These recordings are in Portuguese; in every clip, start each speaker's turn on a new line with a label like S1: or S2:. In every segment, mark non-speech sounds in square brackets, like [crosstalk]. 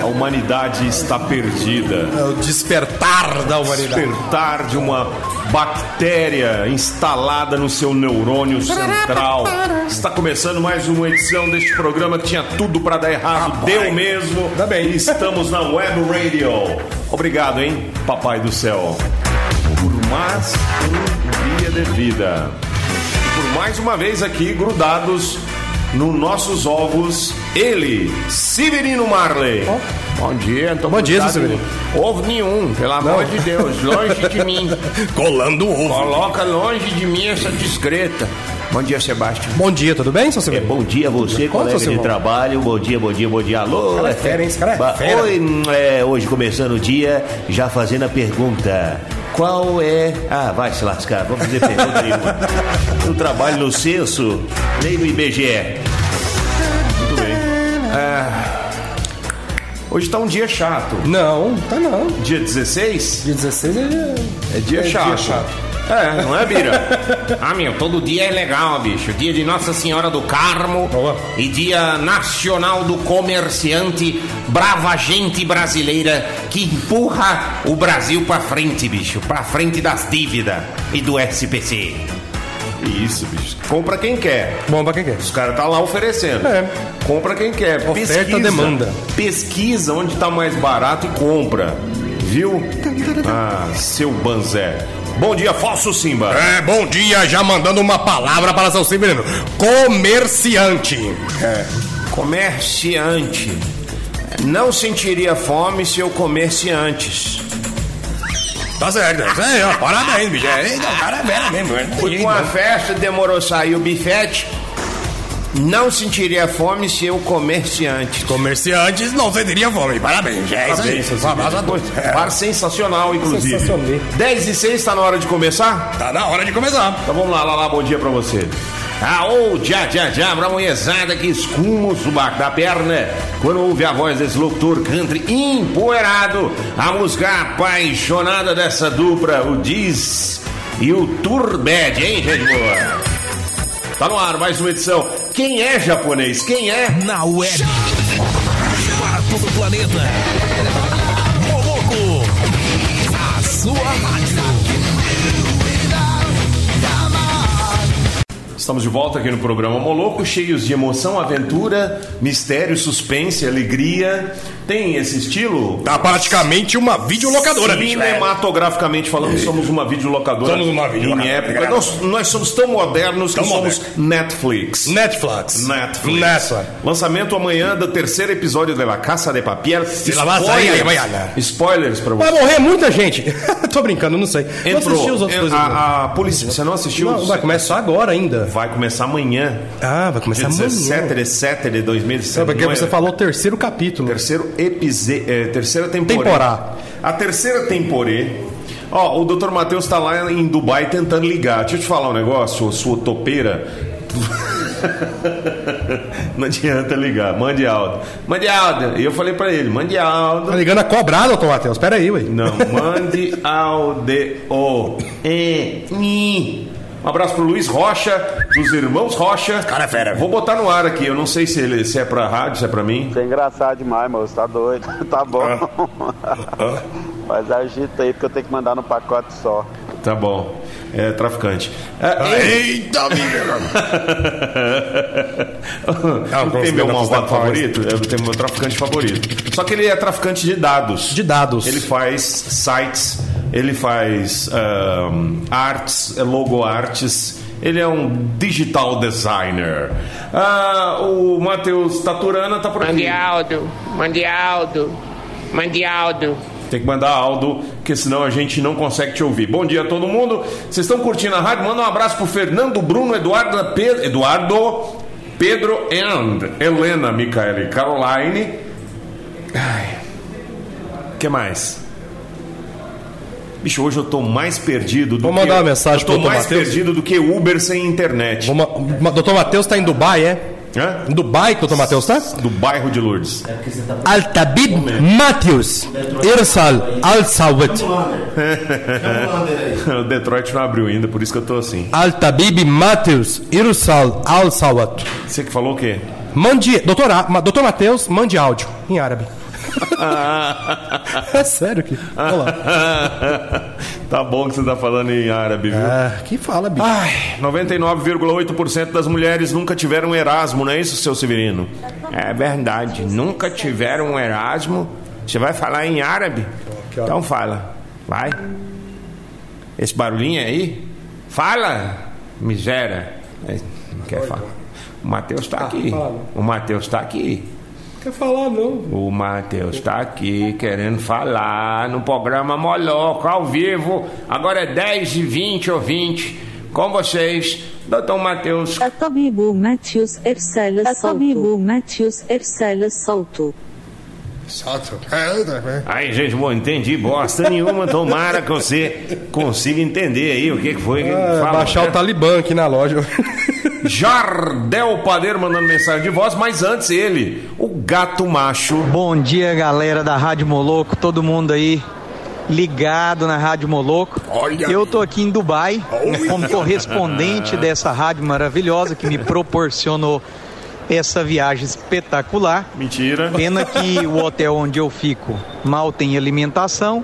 S1: A humanidade está perdida.
S2: É o despertar da humanidade.
S1: Despertar de uma bactéria instalada no seu neurônio central. Está começando mais uma edição deste programa que tinha tudo para dar errado. Deu mesmo.
S2: Tá bem.
S1: E estamos na Web Radio. Obrigado, hein, Papai do Céu. Por mais um dia de vida. E por mais uma vez aqui, grudados nos nossos ovos, ele, Severino Marley. Bom dia, tô
S2: Bom dia,
S1: grudado
S2: seu
S1: em
S2: Severino.
S1: Ovo nenhum, pelo amor de Deus, longe de mim.
S2: [laughs] Colando o ovo.
S1: Coloca longe de mim essa
S2: [laughs]
S1: discreta. Bom dia, Sebastião.
S2: Bom dia, tudo bem, seu Severino?
S3: Bom dia a você,
S2: Qual
S3: colega
S2: seu
S3: de
S2: irmão?
S3: trabalho. Bom dia, bom dia, bom dia. Alô.
S2: cara é fera, hein? Esse cara é
S3: Ba-
S2: fera.
S3: Oi, hum, é, hoje começando o dia, já fazendo a pergunta. Qual é... Ah, vai se lascar, vamos fazer
S2: [laughs]
S3: pergunta nenhuma. Eu trabalho no Censo, nem no IBGE.
S1: Muito bem. É, Hoje tá um dia chato.
S2: Não, tá não.
S1: Dia 16?
S2: Dia 16 é dia...
S1: É dia chato. É, não é, Bira? ah, meu, todo dia é legal, bicho. Dia de Nossa Senhora do Carmo
S2: Boa.
S1: e Dia Nacional do Comerciante Brava Gente Brasileira que empurra o Brasil pra frente, bicho. Pra frente das dívidas e do SPC. Isso, bicho. Compra quem quer.
S2: Bom, pra quem que é?
S1: Os caras tá lá oferecendo.
S2: É.
S1: Compra quem quer.
S2: Oferta, demanda.
S1: Pesquisa onde tá mais barato e compra. Viu? Ah, seu banzé. Bom dia, falso Simba.
S4: É, bom dia, já mandando uma palavra para São Severino. Comerciante.
S1: Comerciante. Não sentiria fome se eu comesse antes.
S4: Tá certo, é isso aí, ó. Parabéns, bicho. É, o cara é velho mesmo. é.
S1: Fui com a festa, demorou sair o bifete. Não sentiria fome se eu comesse antes.
S4: Comerciantes não sentiria fome. Parabéns, é isso aí.
S1: Parabéns,
S4: Um abraço a todos. É,
S1: Par sensacional, inclusive.
S2: Sensacional.
S1: 10 e 6, tá na hora de começar?
S4: tá na hora de começar.
S1: Então vamos lá, lá, lá, bom dia pra você. Aô, já, já, já, pra mulherzada que escuma o subaco da perna quando ouve a voz desse locutor country empoeirado, a música apaixonada dessa dupla, o Diz e o Turbed, hein, gente boa? Tá no ar mais uma edição. Quem é japonês? Quem é?
S5: na web. Para todo o planeta. Moloco, a sua rádio.
S1: Estamos de volta aqui no programa Moloco, cheios de emoção, aventura, mistério, suspense, alegria. Tem esse estilo?
S4: Tá praticamente uma videolocadora, bicho. é.
S1: Cinematograficamente falando, somos uma videolocadora.
S4: Somos uma videolocadora,
S1: Em época.
S4: obrigado.
S1: Nós, nós somos tão modernos que
S4: Tão
S1: somos Netflix.
S4: Netflix.
S1: Netflix.
S4: Netflix.
S1: Lançamento amanhã do terceiro episódio da La Caça de Papel.
S4: la vas a ir,
S1: Spoilers.
S4: vai, vai, vai.
S1: Spoilers pra
S2: Vai
S1: você.
S2: morrer muita gente. [laughs] Tô brincando, não sei. Vou assistir os
S1: Entrou. É, Ah,
S2: outros dois. agora.
S1: A, a polícia. Você não assistiu?
S2: Não, vai começar agora ainda.
S1: Vai começar amanhã.
S2: Ah, vai começar
S1: Dia 17
S2: amanhã.
S1: de 7 de 2017.
S2: É porque
S1: Amanhã.
S2: você falou o terceiro capítulo.
S1: Terceiro episé... eh, terceira temporada.
S2: Temporá.
S1: A terceira temporê. Ó, o Dr. Matheus tá lá em Dubai tentando ligar. Deixa eu te falar um negócio, ô sua topeira. [laughs] Não adianta ligar. Mande áudio. Mande áudio. E eu falei pra ele, mande
S2: Tá
S1: áudio.
S2: ligando a cobrar, doutor Matheus? Pera aí, ué.
S1: Não, mande áudio. É. ni. Um abraço pro Luiz Rocha, dos Irmãos Rocha.
S4: Cara é fera.
S1: Vou botar no ar aqui. Eu não sei se, ele, se é pra rádio, se é pra mim.
S6: Isso é engraçado demais, moço. Tá doido. [laughs] Tá bom. [laughs] Mas agita aí, porque eu tenho que mandar no pacote só.
S1: Tá bom. É traficante. É,
S4: Eita, bicho.
S1: não tem
S4: consigo
S1: meu
S4: dar
S1: malvado
S4: pra
S1: favorito? Eu tenho meu traficante favorito. Só que ele é traficante de dados.
S2: De dados.
S1: Ele faz sites, ele faz ahn, artes, é logo artes. Ele é um digital designer. Ah, o Matheus Taturana tá por aqui.
S7: Mandialdo, Mandialdo, Mandialdo.
S1: Tem que mandar Aldo, porque senão a gente não consegue te ouvir. Bom dia a todo mundo. Vocês estão curtindo a rádio? Manda um abraço pro Fernando, Bruno, Eduardo, Pedro, Eduardo, Pedro and Helena, Micaela e Caroline. Ai. que mais? Bicho, hoje eu tô mais perdido do
S2: Vou
S1: que-
S2: mandar uma mensagem
S1: eu tô
S2: pro Dr.
S1: mais
S2: Matheus.
S1: perdido do que Uber sem internet.
S2: Vamos- ma- doutor Matheus tá em Dubai, é?
S1: Hã?
S2: Em Dubai, que doutor Matheus tá?
S1: Do bairro de Lourdes. [laughs]
S2: Altabib Matheus. Irsal Al-Sawet.
S1: o Detroit não abriu ainda, por isso que eu tô assim.
S2: Altabib Matheus. Irsal Al-Sawet.
S1: Você que falou o quê?
S2: Mande, doutor, A- ma- doutor Matheus, mande áudio em [laughs] árabe. é sério que. Olha lá.
S1: [laughs] tá bom que você tá falando em árabe, viu?
S2: Ah, que fala, bicho.
S1: Ai, 99,8% das mulheres nunca tiveram Erasmo, não é isso, seu Severino? É verdade, nunca tiveram um Erasmo. Você vai falar em árabe? Então fala, vai. Esse barulhinho aí? Fala, miséria. É, Não quer falar. O Matheus tá aqui. O Matheus tá aqui.
S2: Ah, quer falar, não.
S1: O Matheus está aqui querendo falar Ah, no programa Moloca ao vivo. Agora é 10 e 20 ou 20 com vocês, doutor Matheus.
S8: الطبيب ماتيوس إرسال الصوت الطبيب ماتيوس إرسال الصوت
S9: Solta. É,
S1: Aí, gente, bom, entendi bosta nenhuma. Tomara que você consiga entender aí o que, que foi que ele falou,
S2: Ah, baixar
S1: né?
S2: o Talibã aqui na loja.
S1: Jardel Padeiro mandando mensagem de voz, mas antes ele, o gato macho.
S10: Bom dia, galera da Rádio Moloco, todo mundo aí ligado na Rádio Moloco.
S9: Olha
S10: Eu tô aqui em Dubai como correspondente dessa rádio maravilhosa que me proporcionou essa viagem espetacular.
S1: Mentira.
S10: Pena que o hotel onde eu fico mal tem alimentação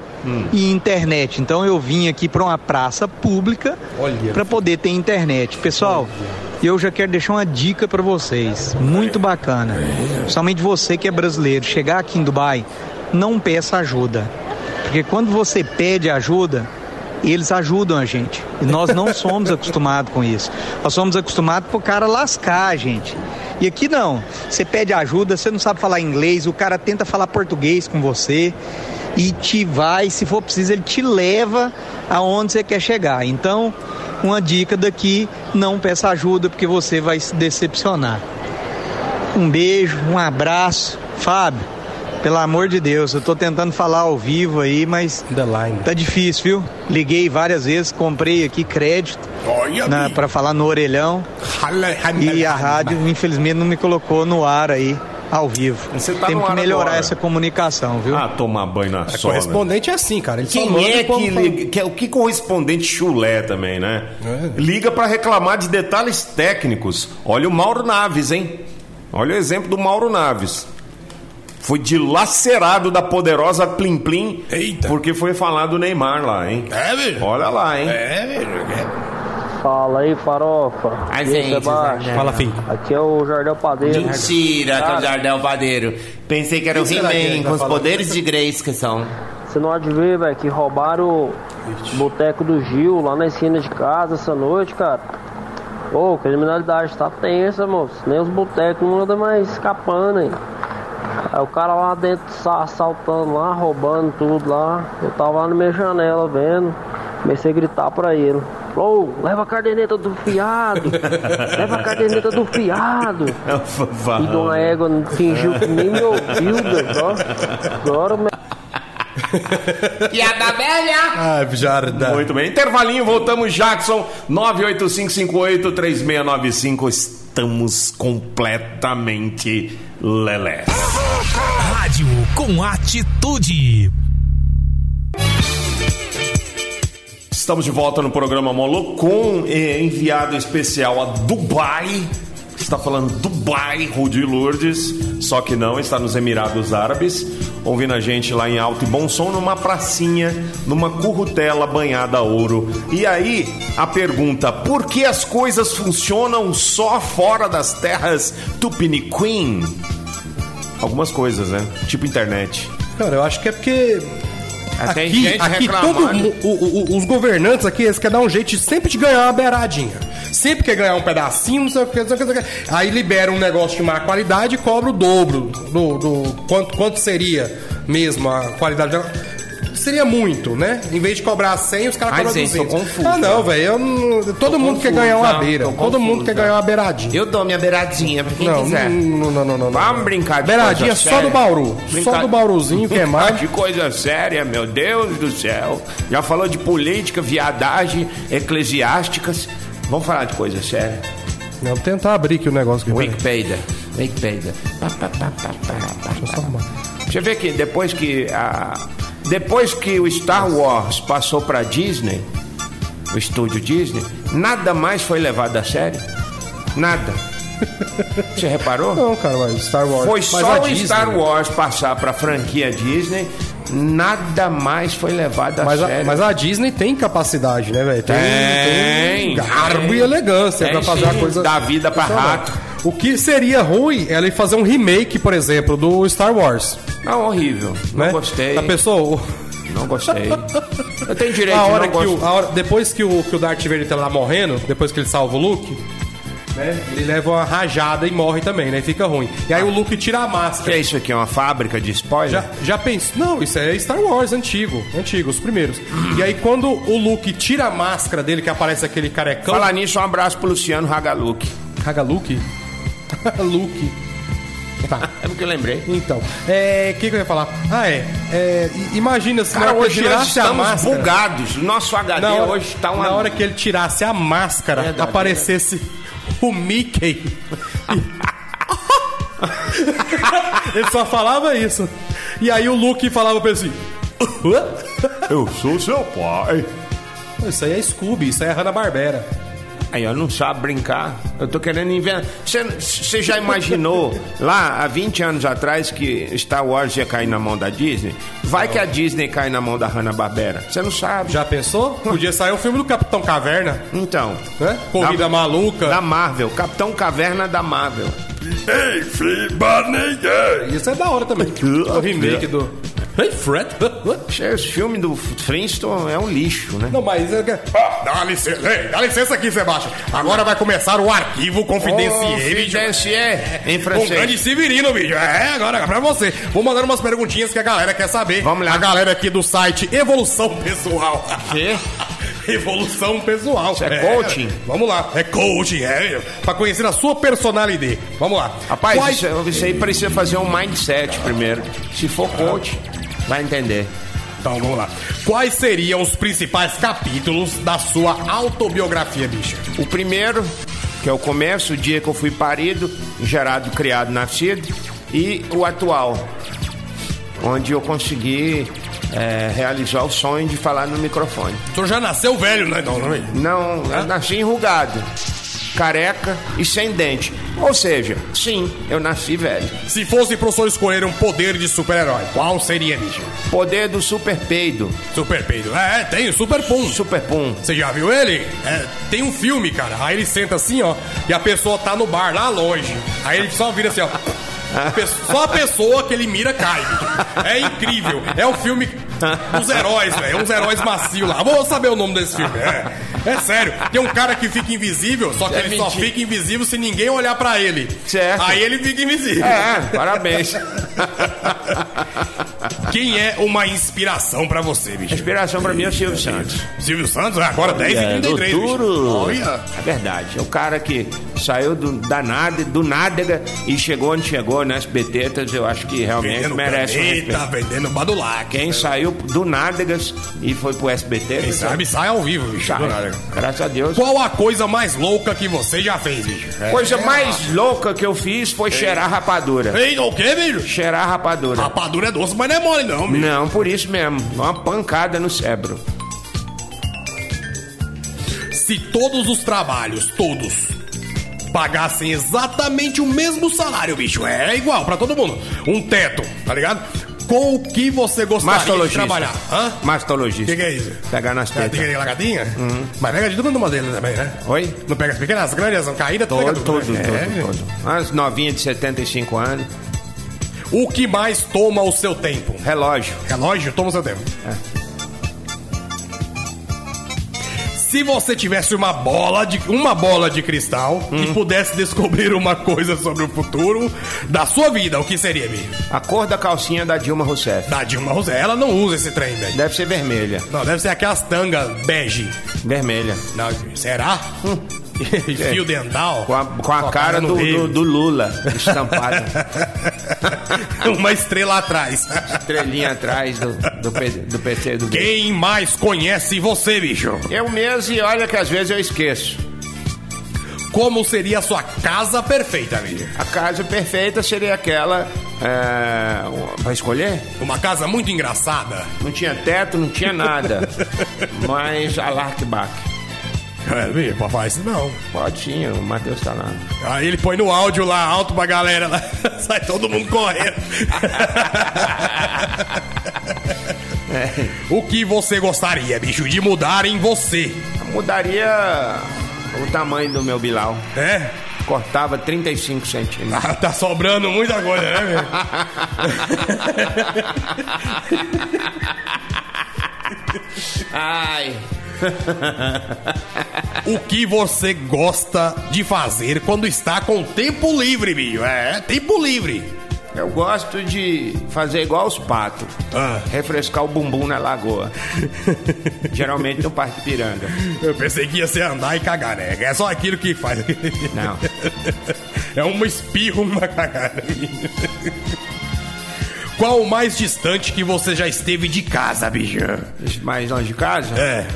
S10: e internet. Então eu vim aqui para uma praça pública
S2: Olha.
S10: para poder ter internet. Pessoal, eu já quero deixar uma dica para vocês, muito bacana. Principalmente você que é brasileiro, chegar aqui em Dubai, não peça ajuda. Porque quando você pede ajuda, eles ajudam a gente. E nós não somos acostumados com isso. Nós somos acostumados pro cara lascar a gente. E aqui não. Você pede ajuda, você não sabe falar inglês, o cara tenta falar português com você e te vai, se for preciso, ele te leva aonde você quer chegar. Então, uma dica daqui, não peça ajuda porque você vai se decepcionar. Um beijo, um abraço. Fábio, pelo amor de Deus, eu tô tentando falar ao vivo aí, mas
S2: The line.
S10: Tá difícil, viu? Liguei várias vezes, comprei aqui crédito
S9: Olha,
S10: na,
S9: bicho.
S10: pra falar no orelhão
S9: Rala- rala-
S10: e a
S9: rala-
S10: rádio, infelizmente, não me colocou no ar aí, ao vivo.
S1: Você tá
S10: Tem
S1: no
S10: que
S1: ar
S10: melhorar
S1: agora.
S10: essa comunicação, viu?
S1: Ah, tomar banho na sola.
S2: Correspondente é assim, cara. Ele só manda
S1: Quem
S2: e
S1: é
S2: o povo
S1: que
S2: fala.
S1: liga? Que é o que correspondente chulé também, né?
S9: É.
S1: Liga pra reclamar de detalhes técnicos. Olha o Mauro Naves, hein? Olha o exemplo do Mauro Naves. Foi dilacerado da poderosa Plim Plim
S9: Eita.
S1: porque foi falar do Neymar lá, hein?
S9: É, velho.
S1: Olha lá, hein?
S9: É, velho.
S11: Fala aí, farofa.
S3: Ai,
S11: E aí,
S3: gente,
S11: Sebastião?
S3: Zé.
S2: um. Fala, filho.
S11: Aqui é o Jardel Padeiro.
S3: Mentira, que é o Jardel Vadeiro. Pensei que era o
S2: será que ele
S3: He-Man,
S2: tá
S3: com os
S2: falando?
S3: poderes de Grace que são.
S11: Você não há de ver, velho, que roubaram o boteco do Gil lá na esquina de casa essa noite, cara. Ô, criminalidade tá tensa, moço. Nem os botecos não andam mais escapando, hein. Aí o cara lá dentro sa- assaltando lá, roubando tudo lá. Eu tava lá na minha janela vendo. Comecei a gritar pra ele. Ô, leva a caderneta do fiado! leva a caderneta
S1: [laughs]
S11: do fiado!
S1: É um
S11: E é de uma égua fingiu que nem me ouviu, velho. ó. Agora o
S3: Piada velha!
S2: Ah, Jarda.
S1: Muito bem. Intervalinho, voltamos, Jackson. 985583695. Estamos completamente lelé.
S12: Rádio com atitude.
S1: Estamos de volta no programa Molo com eh, enviado especial a Dubai. Está falando Dubai, Rudi Lourdes, só que não, está nos Emirados Árabes, ouvindo a gente lá em alto e bom som, numa pracinha, numa currutela banhada a ouro. E aí, a pergunta, por que as coisas funcionam só fora das terras Tupiniquim? Algumas coisas, né? Tipo internet.
S2: Cara, eu acho que é porque.
S1: Até
S2: aqui,
S1: gente
S2: aqui
S1: reclamando.
S2: todo mu- o- o- os governantes aqui, eles querem dar um jeito de sempre de ganhar uma beiradinha. Sempre quer ganhar um pedacinho, não sei o que, não sei o que, não sei o que. Aí libera um negócio de má qualidade e cobra o dobro do, do- quanto, quanto seria mesmo a qualidade dela. Seria muito, né? Em vez de cobrar 100, os caras
S3: Ai,
S2: cobram
S3: gente, tô
S2: 200.
S3: confuso.
S2: Ah, não, velho. eu não- Todo mundo quer
S3: confuso,
S2: ganhar uma
S3: não,
S2: beira.
S3: tô
S2: Todo mundo
S3: confuso,
S2: quer ganhar uma beiradinha.
S3: Eu dou minha beiradinha pra quem
S2: Não,
S3: quiser.
S2: não, não, não, não, não.
S1: Vamos brincar de
S2: Beiradinha
S1: coisa
S2: só do
S1: séria.
S2: Bauru. Só
S1: Brincar-
S2: do Bauruzinho, que é
S1: Ah,
S2: mais.
S1: que coisa séria, meu Deus do céu. Já falou de política, viadagem, eclesiásticas. Vamos falar de coisa séria.
S2: Não, vou tentar abrir aqui o negócio que
S1: Wikipedia. Wikipedia. Pá, pá, pá, pá, pá, pá, pá. Você vê que depois que a... depois que o Star Wars passou pra Disney,
S2: [laughs]
S1: o estúdio Disney, nada mais foi levado a sério. Nada.
S3: Você reparou?
S2: Não, cara, mas Star Wars.
S3: Foi
S2: mas
S3: só
S2: a
S3: o
S2: Disney, né?
S3: Star Wars passar pra franquia Disney, nada mais foi levado a
S2: Mas a,
S3: sério.
S2: mas a Disney tem capacidade, né, velho? Tem, tem
S3: Tem,
S2: garbo
S3: tem.
S2: e elegância
S3: Tem
S2: pra fazer a
S3: sim,
S2: coisa.
S3: dá vida pra
S2: funcionar.
S3: rato.
S2: O que seria ruim é ele fazer um remake, por exemplo, do Star Wars.
S3: Não, horrível. Não
S2: né?
S3: gostei.
S2: A pessoa. [laughs]
S3: Não gostei. Eu tenho direito
S2: a
S3: de
S2: hora
S3: não
S2: que o,
S3: gostar.
S2: a hora- Depois que o, que o Darth Vader tá lá morrendo, depois que ele salva o Luke, né? Ele leva uma rajada e morre também, né? Fica ruim. E aí o Luke tira a
S3: Que
S2: máscara.
S3: é isso aqui? É uma fábrica de spoiler?
S2: Já, já pensou? Não, isso é Star Wars antigo, antigo, os primeiros. E aí quando o Luke tira a máscara dele, que aparece aquele carecão.
S3: Falar nisso, um abraço pro Luciano Hagaluc.
S2: Caga Luke? Luke. Tá.
S3: É porque eu lembrei.
S2: Então, é. O que, que eu ia falar? Ah, é. é, i- imagina se
S3: Cara,
S2: na hora que
S3: hoje
S2: ele
S3: nós
S2: tirasse a
S3: estamos
S2: máscara.
S3: bugados. Nosso HD
S2: na hora,
S3: hoje tá uma...
S2: na hora que ele tirasse a máscara,
S3: Verdade,
S2: aparecesse o
S3: [laughs]
S2: Mickey. ele só falava isso. E aí o Luke falava pra ele assim.
S3: Eu sou seu pai.
S2: Isso aí é Scooby, isso aí é Hanna-Barbera.
S3: Aí, ó, não sabe brincar. Eu tô querendo inventar. Você já [laughs] imaginou lá há 20 anos atrás que Star Wars ia cair na mão da Disney? Vai que a Disney cai na mão da Hanna-Barbera. Você não sabe.
S2: Já pensou? Podia sair o filme do Capitão Caverna,
S3: Então,
S2: né? Corrida
S3: Da-
S2: Maluca.
S3: da Marvel. Capitão Caverna da Marvel.
S2: Isso é da hora também. o remake do. Hey, Fred!
S3: Esse filme do Flintstone é um lixo, né?
S2: Não, mas. é que- Ah, dá licença, ei, dá licença aqui, Sebastião. Agora vai começar o arquivo
S3: Oh,
S2: confidencial. bicho.
S3: Confidencier, em
S2: Com grande
S3: francês.
S2: Severino, bicho. É, agora é pra você. Vou mandar umas perguntinhas que a galera quer saber.
S3: Vamos lá.
S2: A galera aqui do site Evolução Pessoal. [laughs]
S3: Quê?
S2: Evolução Pessoal.
S3: Isso é coaching?
S2: Vamos lá. É coaching, é. Pra conhecer a sua personalidade. Vamos lá.
S3: Rapaz,
S2: Quais-
S3: isso, é- isso aí precisa fazer um mindset primeiro. Se for coach, vai entender.
S2: Então, vamos lá. Quais seriam os principais capítulos da sua autobiografia, bicho?
S3: O primeiro, que é o começo, o dia que eu fui parido, gerado, criado, nascido, e o atual, onde eu consegui eh, realizar o sonho de falar no microfone.
S2: O senhor já nasceu velho, né? Não, não é?
S3: Não, eu nasci enrugado, careca e sem dente. Ou seja, sim, eu nasci velho.
S2: Se fosse pro senhor escolher um poder de super-herói, qual seria, bicho?
S3: Poder do super peido,
S2: Super peido. É, é, tem o Super Pum.
S3: super pum.
S2: Você já viu ele? É, tem um filme, cara. Aí ele senta assim, ó, e a pessoa tá no bar lá longe. Aí ele só vira assim, ó. A pe- Só a pessoa que ele mira cai. bicho. É incrível. É o filme dos heróis, velho. É Uns heróis macios lá. Vou saber o nome desse filme. É, é sério. Tem um cara que fica invisível, só que
S3: É
S2: ele só
S3: mentira.
S2: fica invisível se ninguém olhar pra ele.
S3: Certo.
S2: Aí ele fica invisível.
S3: É, parabéns.
S2: Quem é uma inspiração pra você, bicho?
S3: Inspiração pra mim é o Silvio Santos.
S2: Silvio Santos, é agora 10 e 33 bicho.
S13: doutor.
S2: Olha.
S3: É verdade. É o cara que saiu do, da nada, do nádega e chegou onde chegou nas betetas, eu acho que realmente
S2: Vendendo
S3: merece um
S2: caneta,
S3: respeito.
S2: vendendo badulac.
S3: Quem saiu do nádegas e foi pro SBT,
S2: Quem sabe sai ao vivo, bicho.
S3: Sai.
S2: do nada.
S3: Graças a Deus.
S2: Qual a coisa mais louca que você já fez, bicho? É.
S3: Coisa mais louca que eu fiz foi cheirar rapadura.
S2: Ei, o quê, bicho?
S3: Cheirar rapadura.
S2: Rapadura é doce, mas não é mole, não, bicho.
S3: Não, por isso mesmo. Uma pancada no cérebro.
S2: Se todos os trabalhos, todos, pagassem exatamente o mesmo salário, bicho, é igual pra todo mundo. Um teto, tá ligado? Com o que você gostaria de
S3: Mastologista.
S2: trabalhar? Hã?
S3: Mastologista.
S2: Que que é isso?
S3: Pegar nas
S2: Tem
S3: tetas.
S2: aquele lagadinha?
S3: Hum.
S2: Mas pega de tudo numa dele também, né?
S3: Oi?
S2: Não pega as pequenas, as grandes, as caídas, tu pega
S3: Todo,
S2: tudo.
S3: todo,
S2: né? É,
S3: todo,
S2: bicho.
S3: todo. Umas novinhas de 75 anos.
S2: O que mais toma o seu tempo?
S3: Relógio.
S2: Relógio, toma o seu tempo.
S3: É.
S2: Se você tivesse uma bola de uma bola de cristal
S3: Hum.
S2: e pudesse descobrir uma coisa sobre o futuro da sua vida, o que seria, Mi?
S3: A cor da calcinha da Dilma Rousseff.
S2: Da Dilma Rousseff. Ela não usa esse trem, velho.
S3: Deve ser vermelha.
S2: Não, deve ser aquelas tangas bege.
S3: Vermelha.
S2: Não, será?
S3: Hum.
S2: E [laughs] Fio dental.
S3: Com a, com a cara
S2: no
S3: do,
S2: dedo.
S3: do, do Lula estampada.
S2: [laughs] uma estrela atrás.
S3: Estrelinha atrás do, do, P- do PC do B.
S2: Quem mais conhece você, bicho?
S3: Eu mesmo, e olha que às vezes eu esqueço.
S2: Como seria a sua casa perfeita, amigo?
S3: A casa perfeita seria aquela. É, vai escolher?
S2: Uma casa muito engraçada. [laughs]
S3: Não tinha teto, não tinha nada. Mas a Larkback.
S2: É, Bia, pode falar isso não.
S3: Potinho, o Matheus tá lá.
S2: Aí ele põe no áudio lá, alto pra galera lá. [laughs] Sai todo mundo [laughs] correndo. O que você gostaria, bicho, de mudar em você?
S3: Mudaria o tamanho do meu Bilal.
S2: É?
S3: Cortava 35 centímetros.
S2: Ah, [laughs] tá sobrando muita coisa, né, velho?
S14: Ai.
S2: [laughs] O que você gosta de fazer quando está com tempo livre, bicho? É, tempo livre.
S3: Eu gosto de fazer igual os patos.
S2: Ah.
S3: Refrescar o bumbum
S2: [laughs]
S3: na lagoa. Geralmente no Parque Piranga.
S2: Eu pensei que ia ser andar e cagar, né? É só aquilo que faz. [laughs]
S3: Não.
S2: É um espirro, uma cagada. Qual o mais distante que você já esteve de casa, bicho?
S3: Mais longe de casa?
S2: É.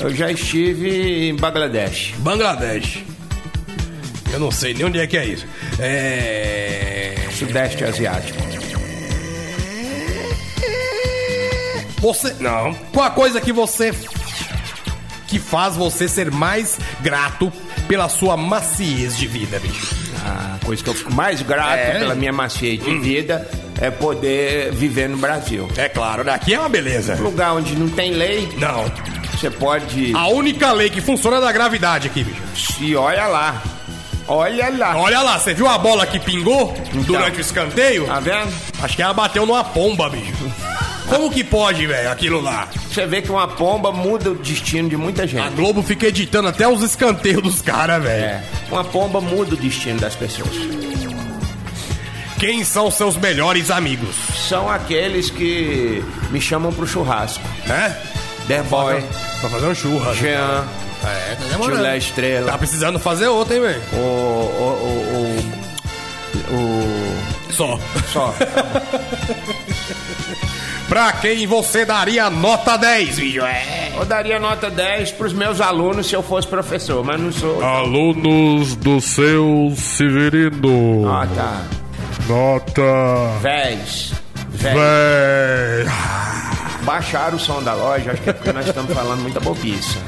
S3: Eu já estive em Bangladesh.
S2: Bangladesh. Eu não sei nem onde é que é isso. É.
S3: Sudeste Asiático.
S2: Você. Não. Qual a coisa que você. que faz você ser mais grato pela sua maciez de vida, bicho?
S3: A coisa que eu fico mais grato
S2: É.
S3: pela minha maciez de vida é poder viver no Brasil.
S2: É claro, daqui é uma beleza.
S3: Lugar onde não tem lei,
S2: Não.
S3: você pode.
S2: A única lei que funciona é da gravidade aqui, bicho.
S3: E olha lá. Olha lá.
S2: Olha lá, você viu a bola que pingou durante o escanteio?
S3: Tá vendo?
S2: Acho que ela bateu numa pomba, bicho. Como que pode, velho, aquilo lá?
S3: Você vê que uma pomba muda o destino de muita
S2: A
S3: gente.
S2: Globo fica editando até os escanteios dos caras, velho.
S3: É. Uma pomba muda o destino das pessoas.
S2: Quem são seus melhores amigos?
S3: São aqueles que me chamam pro churrasco.
S2: Né?
S3: The Boy,
S2: Pra fazer um churras.
S3: Jean,
S2: É, tá
S3: Julé
S2: Tá
S3: Estrela,
S2: precisando fazer outra, hein, velho?
S3: o. o. o. o. o
S2: Só. [laughs]
S3: só.
S2: Pra quem você daria nota 10, bicho? É.
S3: Eu daria nota 10 pros meus alunos se eu fosse professor, mas não sou.
S15: Alunos do seu Severino.
S3: Ah, tá.
S15: Nota
S3: Véis. Véis.
S15: 10.
S3: Baixaram o som da loja, acho que é porque nós estamos falando muita bobiça.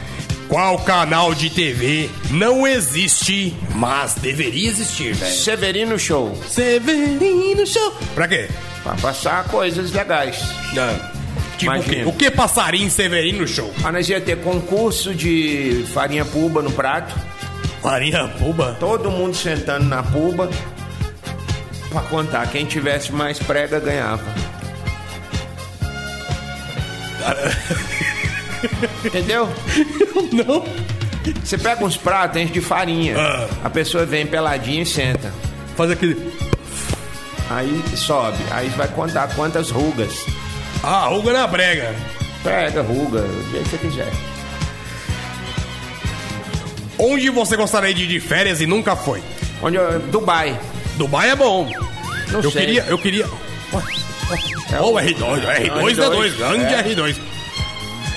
S2: Qual canal de TV não existe, mas deveria existir, velho?
S3: Severino Show.
S2: Severino Show. Pra quê?
S3: Pra passar coisas legais.
S2: Tipo o quê?
S3: Imagina.
S2: O que passaria em Severino Show?
S3: Ah, nós ia ter concurso de farinha puba no prato.
S2: Farinha Puba?
S3: Todo mundo sentando na puba. Pra contar, quem tivesse mais prega ganhava. Entendeu?
S2: [laughs] Não.
S3: Você pega uns pratos, enche de farinha.
S2: Ah.
S3: A pessoa vem peladinha e senta.
S2: Faz aquele...
S3: Aí sobe. Aí vai contar quantas rugas.
S2: Ah, Hugo na brega.
S3: Prega, ruga, do jeito que você quiser.
S2: Onde você gostaria de ir de férias e nunca foi?
S3: Onde eu- Dubai.
S2: Dubai é bom.
S3: Não
S2: eu
S3: sei.
S2: queria, eu queria. Ó, o R2, R2
S3: É o
S2: D2,
S3: R2,
S2: grande
S3: é.
S2: R2.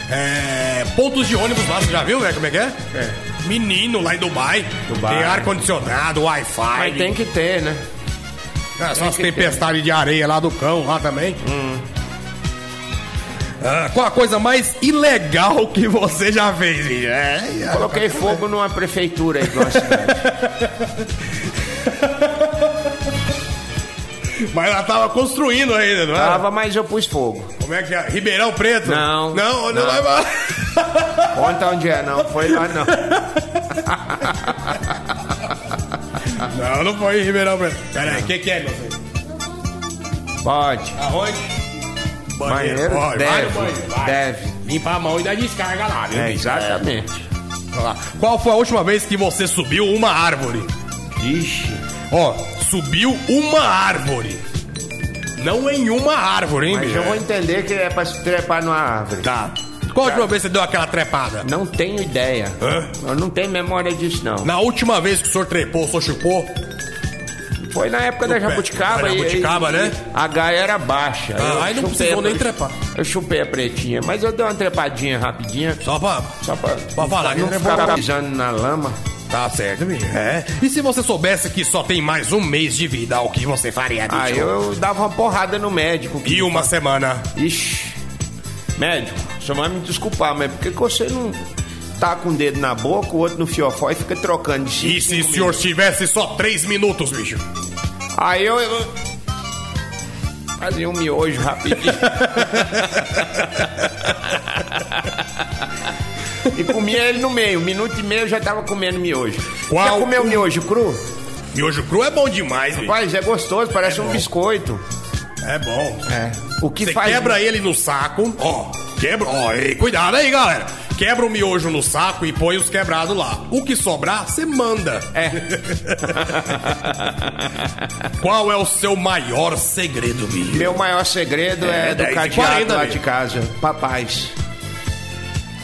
S2: É, pontos de ônibus lá, você já viu, velho? Como é que é?
S3: É.
S2: Menino lá em Dubai.
S3: Dubai.
S2: Tem ar-condicionado, Wi-Fi.
S3: Mas tem que ter, né?
S2: Ah, só as tempestades de areia lá do cão, lá também.
S3: Hum.
S2: Ah, qual a coisa mais ilegal que você já fez, bicho? É, é.
S3: Coloquei fogo numa prefeitura aí de uma cidade.
S2: Mas ela tava construindo ainda, não era?
S3: Tava, mas eu pus fogo.
S2: Como é que é? Ribeirão Preto?
S3: Não.
S2: Não, não,
S3: Não.
S2: vai vai.
S3: Conta onde é, não. Foi lá, não. Ah.
S2: Não, não foi em Ribeirão Preto. Pera aí, o que, que é, meu filho?
S3: Pode.
S2: Aonde?
S3: Banheiro?
S2: Vai, vai no
S3: deve.
S2: banheiro, vai.
S3: deve.
S2: Limpar a mão e dar descarga lá, viu?
S3: É,
S2: bicho?
S3: exatamente.
S2: Olha lá. Qual foi a última vez que você subiu uma árvore?
S3: Ixi.
S2: Ó, subiu uma árvore. Não em uma árvore, hein,
S3: Mas
S2: bicho?
S3: eu vou entender que é pra se trepar numa árvore.
S2: Tá. Qual a última vez que você deu aquela trepada?
S3: Não tenho ideia.
S2: Hã?
S3: Eu não tenho memória disso, não.
S2: Na última vez que o senhor trepou, o senhor chupou?
S3: Foi na época da
S2: pé.
S3: jabuticaba.
S2: Foi
S3: e-
S2: jabuticaba,
S3: e-
S2: né?
S3: A gaia era baixa.
S2: Ah,
S3: Eu
S2: aí não
S3: chupei
S2: precisou
S3: a-
S2: nem trepar.
S3: Eu chupei a pretinha, mas eu dei uma trepadinha rapidinha.
S2: Só pra...
S3: Só pra,
S2: Pra falar que
S3: não
S2: trepou.
S3: ficar pisando na lama.
S2: Tá certo, bicho. É. E se você soubesse que só tem mais um mês de vida, o que você faria, bicho?
S3: Aí eu dava uma porrada no médico.
S2: E uma semana.
S3: Ixi. Médico, você vai me desculpar, mas por que que você não taca um dedo na boca, o outro no fiofó e fica trocando de
S2: E se o senhor tivesse só três minutos, bicho?
S3: Aí eu. eu... Fazia um miojo rapidinho. [laughs] e comia ele no meio. Um minuto e meio eu já tava comendo miojo.
S2: Qual
S3: Já comeu miojo cru?
S2: Miojo cru é bom demais, bicho.
S3: Rapaz, é gostoso, parece um biscoito.
S2: É bom.
S3: É. O que
S2: Você
S3: faz.
S2: quebra ele no saco, ó. Quebra, ó, ei, cuidado aí, galera. Quebra o miojo no saco e põe os quebrados lá. O que sobrar, você manda. É. [laughs] Qual é o seu maior segredo, bicho?
S3: Meu maior segredo é,
S2: É,
S3: do
S2: 10 e
S3: cadeado
S2: 40,
S3: lá
S2: velho.
S3: de casa. Papais.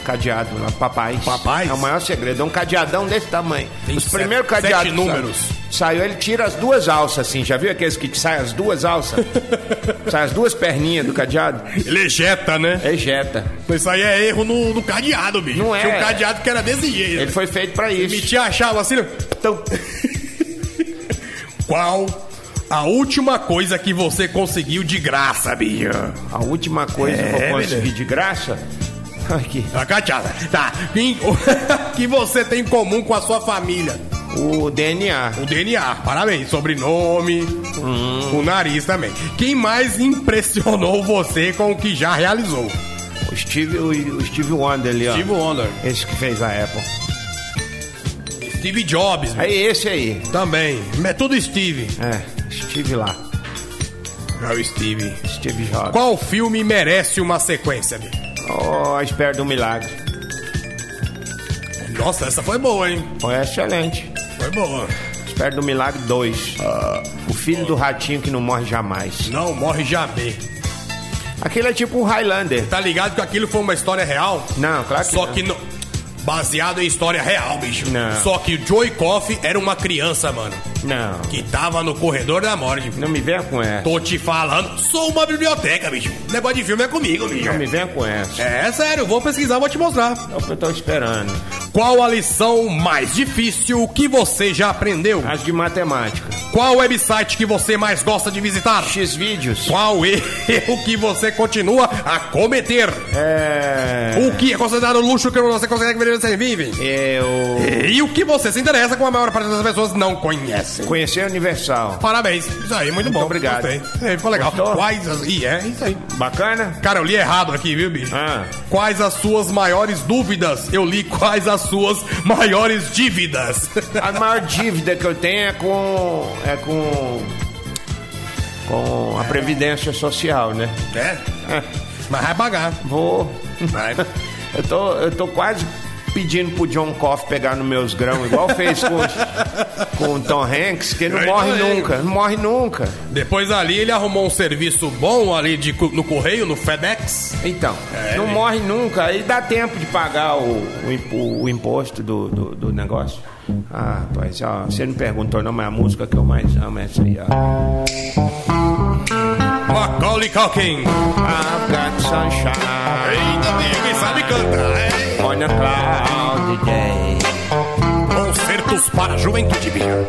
S3: Cadeado lá, papais.
S2: Papais?
S3: É o maior segredo. É um cadeadão desse tamanho.
S2: Tem
S3: Os
S2: sete-
S3: primeiros cadeados.
S2: sete
S3: que sa-
S2: números.
S3: Saiu, ele tira as duas alças assim. Já viu aqueles que saem as
S2: [laughs]
S3: duas alças? saem as duas perninhas do cadeado?
S2: Ele ejeta, né?
S3: Ejeta.
S2: Isso aí é erro no, no cadeado, bicho.
S3: Não é.
S2: Tinha um cadeado que era desse jeito.
S3: Ele foi feito pra isso.
S2: Emitia a chave assim. Então... [laughs] Qual a última coisa que você conseguiu de graça, bicho?
S3: A última coisa que
S2: É,
S3: eu consegui
S2: beleza.
S3: de graça. [laughs] Aqui.
S2: A cateada. Tá. Quem- [laughs] O que você tem em comum com a sua família?
S3: O DNA.
S2: O DNA, parabéns. Sobrenome, o nariz também. Quem mais impressionou você com o que já realizou?
S3: O Steve, o, o Steve Wonder ali, ó.
S2: Steve Wonder.
S3: Esse que fez a Apple.
S2: Steve Jobs,
S3: É esse aí.
S2: também. É tudo Steve.
S3: É, Steve lá.
S2: É o Steve.
S3: Steve Jobs.
S2: Qual filme merece uma sequência, bicho?
S3: Oh, a espera do milagre.
S2: Nossa, essa foi boa, hein?
S3: Foi Oh, é excelente.
S2: Foi boa.
S3: Espera do milagre 2.
S2: Ah.
S3: o filho do ratinho que não morre jamais.
S2: Não morre jamais.
S3: Aquele é tipo um Highlander.
S2: Tá ligado que aquilo foi uma história real?
S3: Não, claro que
S2: Só
S3: não.
S2: que não. Baseado em história real, bicho.
S3: Não.
S2: Só que o Joey Coffey era uma criança, mano.
S3: Não.
S2: Que tava no corredor da morte.
S3: Não me venha com essa.
S2: Tô te falando, sou uma biblioteca, bicho. Negócio de filme é comigo, bicho.
S3: Não me venha com essa.
S2: É sério, vou pesquisar, vou te mostrar.
S3: É o que eu tô esperando.
S2: Qual a lição mais difícil que você já aprendeu?
S3: As de matemática.
S2: Qual website que você mais gosta de visitar?
S3: X
S2: [laughs]
S3: vídeos.
S2: Qual erro que você continua a cometer?
S3: É.
S2: O que é considerado luxo que você consegue ver onde você vive?
S3: Eu.
S2: E o que você se interessa com a maior parte das pessoas não conhece?
S3: Conhecer a Universal.
S2: Parabéns. Isso aí, muito, bom.
S3: obrigado.
S2: Gostei. É, Ficou legal.
S3: Gostou?
S2: Quais as... Ih, é isso aí.
S3: Bacana?
S2: Cara, eu li errado aqui, viu, bicho?
S3: Ah.
S2: Quais as suas maiores dúvidas? Eu li quais as suas maiores dívidas.
S3: A maior dívida que eu tenho é com. É com. Com a Previdência Social, né?
S2: É? Mas vai pagar.
S3: Vou.
S2: Vai.
S3: Eu tô, eu tô quase pedindo pro John Coff pegar nos meus grãos, igual fez com, com o Tom Hanks, que não
S2: Aí
S3: morre
S2: também.
S3: nunca. Não morre nunca.
S2: [laughs] Depois ali ele arrumou um serviço bom ali de, cu- no correio, no FedEx.
S3: Então,
S2: É,
S3: não
S2: né?
S3: morre nunca. Aí dá tempo de pagar o, o, imp- o imposto do, do, do negócio. Ah, rapaz, ó, você não perguntou não, mas a música que eu mais amo é essa aí, ó.
S2: Macaulay Culkin.
S3: I've got sunshine
S2: Ainda bem, quem sabe canta. É.
S3: on a cloudy day
S2: Concertos para a juventude, bicho.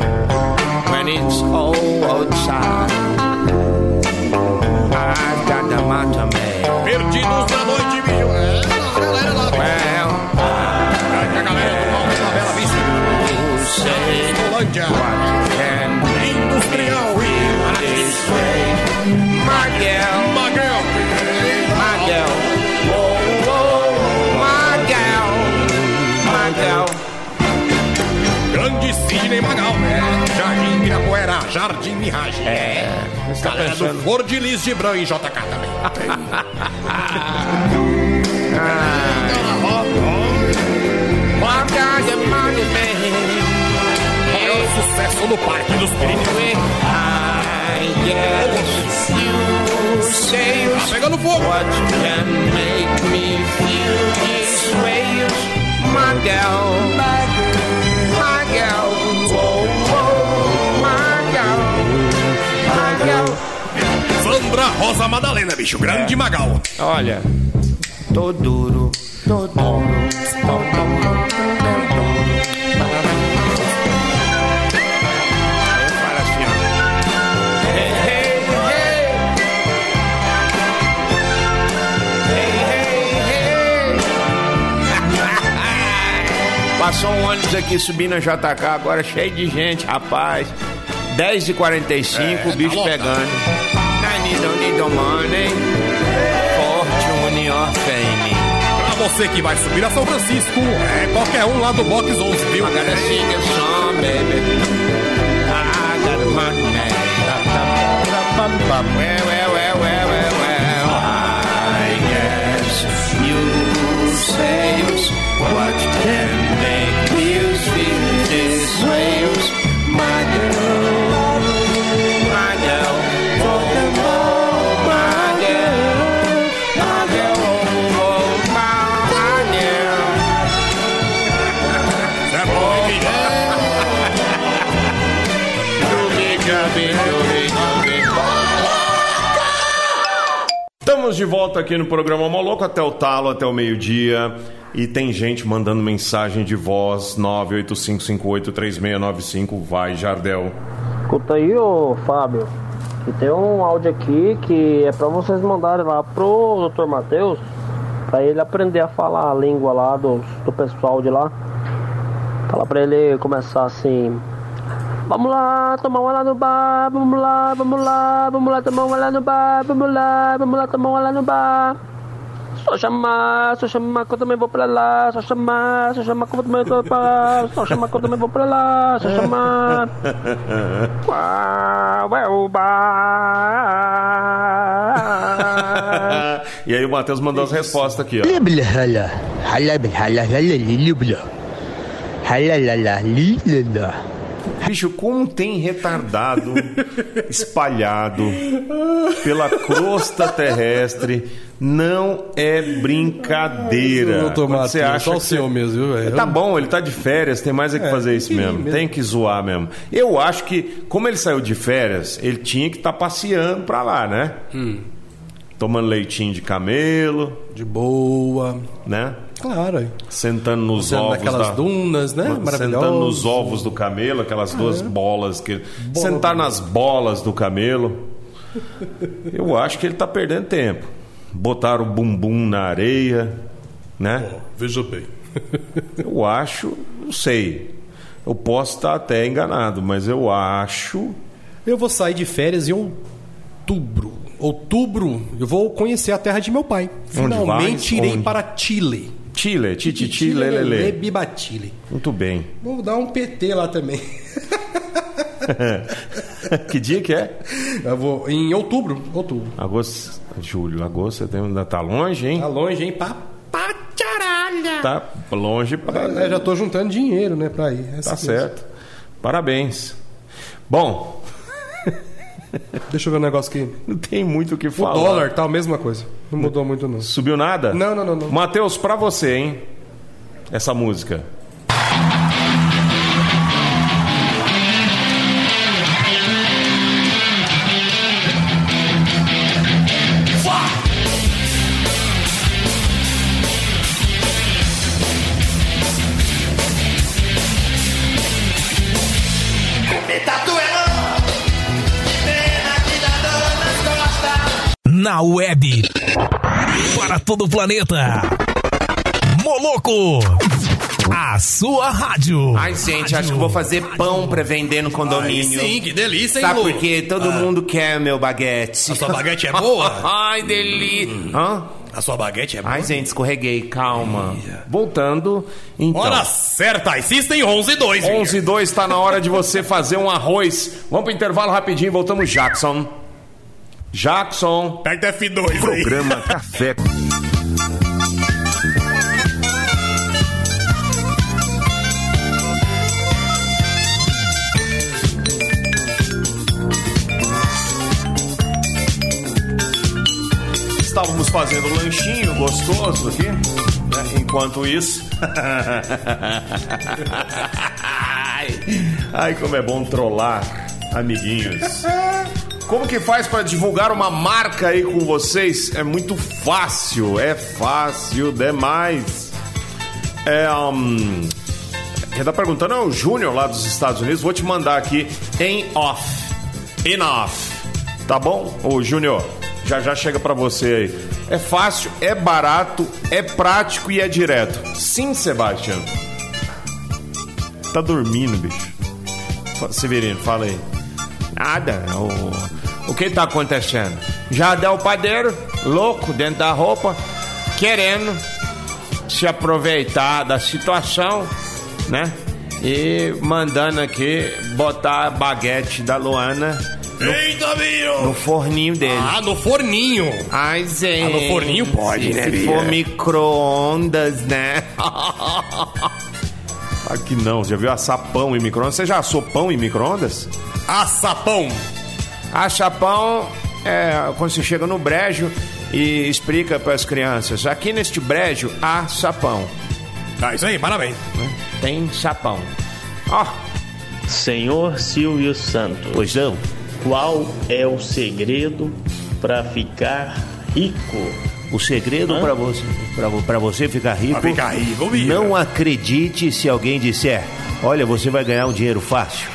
S3: when it's all outside. I've got the motto made.
S2: Perdidos na noite, bicho. É, a galera lá, bicho.
S3: Well,
S2: É, a galera do Palmeiras, da Bela Vista.
S3: you say
S2: Colândia.
S3: can
S2: Industrial e
S3: this way. Miguel,
S2: Magal.
S3: Miguel, oh, oh, Miguel, Miguel.
S2: Grande Sidney Magal. É. Jardim Mirapuera, Jardim Mirage. É.
S3: você tá
S2: Galera do
S3: pensando.
S2: Flor de Lis de Bran e JK também.
S3: I've got the money made.
S2: É o sucesso no Parque dos Pirineus.
S3: I guess you say you
S2: Pegando fogo.
S3: What can make me feel this way is my gal, my gal, whoa, whoa, my gal, my gal.
S2: Sandra Rosa Madalena, bicho. Grande Magal.
S3: Olha, tô duro, tô duro, tô duro, tô duro. Aí eu falo assim, ó. Hey, hey, hey. Hey, hey, hey.
S1: [laughs] Passou um ônibus aqui subindo a JK, agora cheio de gente, rapaz. 10h45, o bicho pegando. I need, don't need no money. Fortune or fame.
S16: Pra você que vai subir a São Francisco, é qualquer um lá do Box 11, viu?
S1: I
S2: é
S1: gotta sing a song, baby. I got money. Well, well, well, well, well, well. I guess you say what can make you feel this way, my girl. My girl, for the more, my girl, my girl, oh, oh, my girl.
S16: É bom, hein, Miguel?
S1: Estamos de volta aqui no programa Moloco até o talo, até o meio-dia. E tem gente mandando mensagem de voz 985583695. Vai, Jardel.
S11: Escuta aí, ô Fábio, que tem um áudio aqui que é pra vocês mandarem lá pro Dr. Matheus, pra ele aprender a falar a língua lá do, do pessoal de lá. Fala pra ele começar assim. Vamos lá, tomar uma lá no bar, vamos lá, vamos lá, vamos lá, tomar uma lá no bar, vamos lá, vamos lá, tomar uma lá no bar. Só chamar, só chamar que eu também vou pra lá, só chamar, só chamar que eu também vou pra lá, só chamar que eu também vou pra lá, só chamar. Qual é o bar?
S1: e aí o Matheus mandou as respostas aqui, ó.
S17: Libla, hala. Hala, hala, hala, libla. Hala, hala, libla.
S1: Bicho, como tem retardado espalhado pela crosta terrestre, não é brincadeira.
S2: Doutor
S1: Quando
S2: Matheus, só o
S1: que
S2: seu mesmo, viu, velho?
S1: Tá bom, ele tá de férias, tem mais é que fazer isso
S2: sim,
S1: mesmo.
S2: mesmo.
S1: Tem que zoar mesmo. Eu acho que, como ele saiu de férias, ele tinha que estar passeando pra lá, né? Tomando leitinho de camelo,
S2: De boa.
S1: né?
S2: Claro. hein?
S1: Sentando nos
S2: Sentando
S1: ovos
S2: naquelas
S16: tá.
S1: da...
S2: dunas, né?
S1: Sentando
S2: Maravilhoso.
S1: nos ovos do camelo, aquelas duas bolas que... Sentar nas bolas do camelo. Eu acho que ele tá perdendo tempo. Botar o bumbum na areia, né?
S16: Veja bem.
S1: Eu acho, não sei. Eu posso estar até enganado, mas eu acho.
S2: Eu vou sair de férias em outubro. Outubro, eu vou conhecer a terra de meu pai. Finalmente
S1: vai?
S2: irei
S1: Onde?
S2: para Chile.
S1: Chile, tititi, lelele.
S2: Biba Chile.
S1: Muito bem.
S2: Vou dar um PT lá também. [laughs]
S1: que dia que é?
S2: Eu vou em outubro. Outubro.
S1: Agosto, julho, agosto, setembro, ainda tá longe, hein?
S2: Tá longe, hein? Pá, pá charalha.
S1: Tá longe pra.
S2: É, já tô juntando dinheiro, né, pra ir. Essa
S1: Tá
S2: coisa.
S1: certo. Parabéns. Bom, [laughs]
S2: Deixa eu ver um negócio aqui.
S1: não tem muito o que
S2: O
S1: falar.
S2: dólar tá a mesma coisa. Não mudou muito, não.
S1: Subiu nada?
S2: Não, não, não, não.
S1: Matheus, pra você, hein? Essa música.
S18: Na web. Para todo o planeta. Moloco. A sua rádio.
S3: Ai, gente, acho que eu vou fazer pão pra vender no condomínio.
S16: Sim, que delícia, hein,
S3: Sabe
S16: Lu? Ah.
S3: por quê? Todo mundo quer meu baguete.
S16: A sua baguete é boa?
S3: Ai, delícia. Hã?
S16: A sua baguete é boa?
S3: Ai, gente, escorreguei, calma.
S1: Voltando, então.
S16: Hora certa, existem 11 e 2.
S1: 11 e 2
S3: tá
S1: está na hora de você fazer um arroz. Vamos pro intervalo rapidinho, voltamos, Jackson. Jackson.
S16: Aperta F2 aí.
S1: [laughs] Programa Café. Estávamos fazendo um lanchinho gostoso aqui. né? Enquanto [laughs] isso. Ai, ai, como é bom trollar, amiguinhos. Como que faz para divulgar uma marca aí com vocês? É muito fácil, é fácil demais. É, um, quem tá perguntando é o Júnior lá dos Estados Unidos. Vou te mandar aqui em off. In off. Tá bom? Ô, Júnior, já já chega pra você aí. É fácil, é barato, é prático e é direto. Sim, Sebastião. Tá dormindo, bicho. Fa- Severino, fala aí.
S3: Nada. O, o que tá acontecendo? Jardel Padeiro, louco, dentro da roupa, querendo se aproveitar da situação, né? E mandando aqui botar a baguete da Luana no, no forninho dele.
S2: Ah, no forninho.
S3: Ai, gente.
S2: Ah, no forninho pode, né,
S3: Se
S2: Bia?
S3: for micro-ondas, né?
S1: Aqui não, já viu assar pão em micro-ondas? Você já assou pão em micro-ondas?
S2: Açapão.
S3: Açapão é quando você chega no brejo e explica para as crianças: aqui neste brejo há sapão.
S2: Tá, isso aí, parabéns.
S3: Tem sapão. Ó.
S19: Senhor Silvio Santos.
S3: Pois não.
S19: Qual é o segredo para ficar rico?
S3: O segredo
S19: Hã?
S3: para você, pra vo- pra você ficar rico.
S19: Pra ficar rico, Bia.
S3: não acredite se alguém disser: olha, você vai ganhar um dinheiro fácil.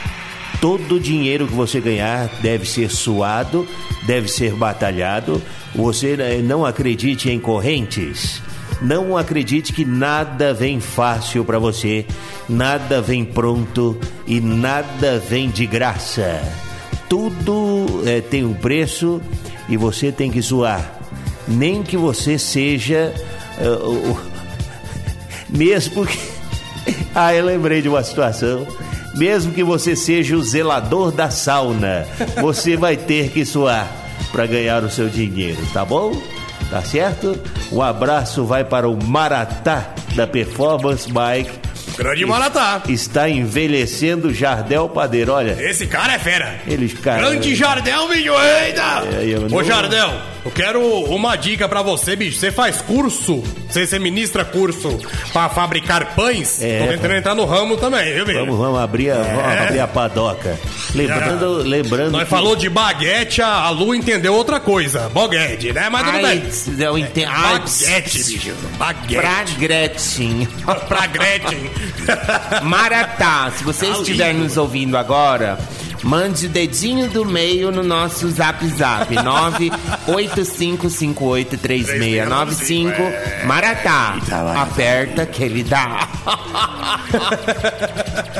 S3: Todo o dinheiro que você ganhar deve ser suado, deve ser batalhado. Você eh, não acredite em correntes. Não acredite que nada vem fácil para você, nada vem pronto e nada vem de graça. Tudo eh, tem um preço e você tem que suar. Nem que você seja eh, o- mesmo que. [laughs] Ah, eu lembrei de uma situação. Mesmo que você seja o zelador da sauna, você vai ter que suar para ganhar o seu dinheiro, tá bom? Tá certo? Um abraço vai para o Maratá da Performance Bike.
S2: Grande
S3: que
S2: Maratá.
S3: Está envelhecendo Jardel Padeiro, olha.
S2: Esse cara é fera.
S3: Eles, cara.
S2: Grande Jardel, bicho, eita!
S3: É, eu não-
S2: Ô, Jardel, eu quero uma dica pra você, bicho. Você faz curso? Você, você ministra curso pra fabricar pães? Tô tentando entrar no ramo também, viu, bicho?
S3: Vamos, vamos abrir a, vamos abrir a padoca. Lembrando, lembrando.
S2: É. Nós
S3: que-
S2: falou de baguete, a a Lu entendeu outra coisa. Boguete, né? Mas tudo
S3: Ai,
S2: bem.
S3: eu entendo. Ai,
S2: Baguete, bicho. Baguete.
S3: Pra Gretchen.
S2: [laughs] pra Gretchen. Tá
S3: Maratá, se você estiver nos ouvindo agora, mande o dedinho do meio no nosso zap
S2: [laughs]
S3: zap. 985583695.
S2: é.
S3: Maratá,
S2: tá
S3: aperta que ele dá.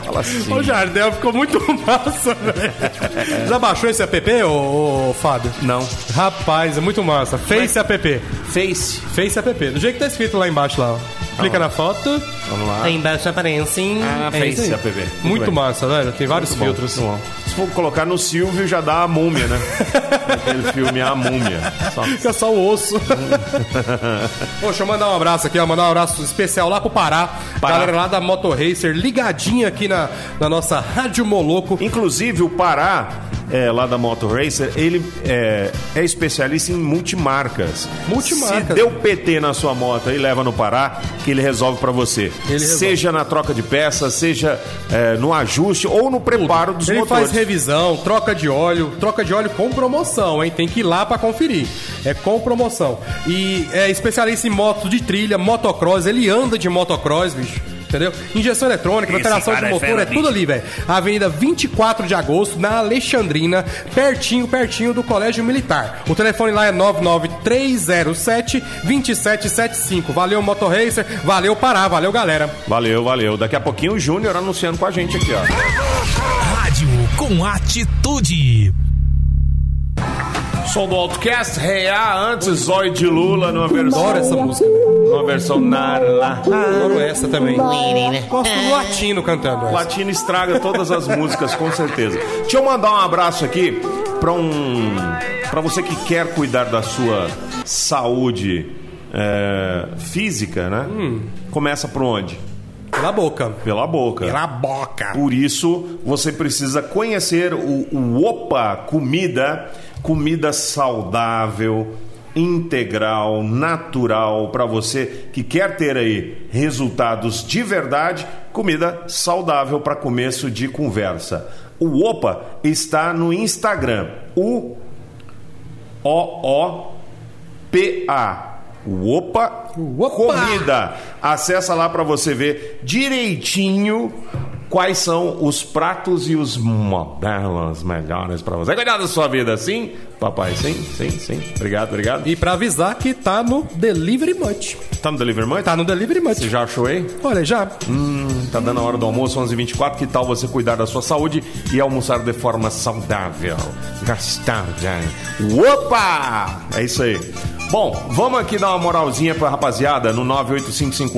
S3: Fala assim.
S2: Ô, Jardel, ficou muito massa, velho. Já baixou esse app, ô, ô, Fábio?
S3: Não.
S2: Rapaz, é muito massa. Face app.
S3: Face.
S2: Face app. Do jeito que tá escrito lá embaixo, lá. ó. Clica na foto.
S3: Vamos lá.
S2: Aí embaixo aparece, hein? É
S1: Ah, Face
S2: isso aí.
S1: app. Muito
S2: Muito,
S1: bem.
S2: massa, velho. Tem vários
S1: Muito bom,
S2: filtros.
S1: muito Se for colocar no Silvio, já dá a múmia,
S2: [laughs]
S1: né? Aquele filme A Múmia. Só-
S2: Fica só o
S1: [laughs]
S2: osso. Pô, deixa eu mandar um abraço aqui, ó. Mandar um abraço especial lá pro Pará. Galera lá da Moto Racer, ligadinha aqui na, na nossa Rádio Moloco.
S1: Inclusive, o Pará, é, lá da Moto Racer, ele é, é especialista em multimarcas.
S2: Multimarcas.
S1: Se deu PT na sua moto e leva no Pará, que ele resolve pra você.
S2: resolve.
S1: Seja na troca de peça, seja é, no ajuste ou no preparo dos
S2: Ele
S1: motores.
S2: faz revisão, troca de óleo, troca de óleo com promoção, hein? Tem que ir lá pra conferir. É com promoção. E é especialista em moto de trilha, motocross, ele anda de motocross, bicho. Entendeu? Injeção eletrônica,
S4: Esse
S2: alteração de
S4: cara é
S2: motor,
S4: fera,
S2: é tudo
S4: bicho.
S2: ali, velho. Avenida 24 de agosto, na Alexandrina, pertinho, pertinho do Colégio Militar. O telefone lá é 99307-2775. Valeu, Motorracer. Valeu, Pará. Valeu, galera.
S1: Valeu, valeu. Daqui a pouquinho o Júnior anunciando com a gente aqui, ó.
S5: Rádio com atitude.
S1: Som do Outcast, Reá, antes Zói de Lula, numa versão.
S2: Adoro essa música.
S1: Numa versão Narla.
S2: Adoro essa também. Gosto do latino cantando.
S1: O
S2: essa.
S1: Latino estraga todas as músicas, com certeza. Deixa eu mandar um abraço aqui pra um para você que quer cuidar da sua saúde é, física, né? Começa por onde?
S2: Pela boca.
S1: Pela boca.
S2: Pela boca.
S1: Por isso, você precisa conhecer o, o Opa Comida, comida saudável, integral, natural, para você que quer ter aí resultados de verdade, comida saudável para começo de conversa. O Opa está no Instagram, o o P-A. Opa, Comida. Acessa lá para você ver direitinho quais são os pratos e os modelos melhores para você. Cuidar da sua vida, sim? papai. Sim, sim, sim. Obrigado, obrigado.
S2: E pra avisar que tá no Delivery Munch.
S1: Tá no Delivery Munch?
S2: Tá no Delivery Munch.
S1: Você já achou aí?
S2: Olha, já.
S1: Hum, tá dando a hora do almoço, 11h24. Que tal você cuidar da sua saúde e almoçar de forma saudável? Gastar, já. Opa! É isso aí. Bom, vamos aqui dar uma moralzinha pra rapaziada no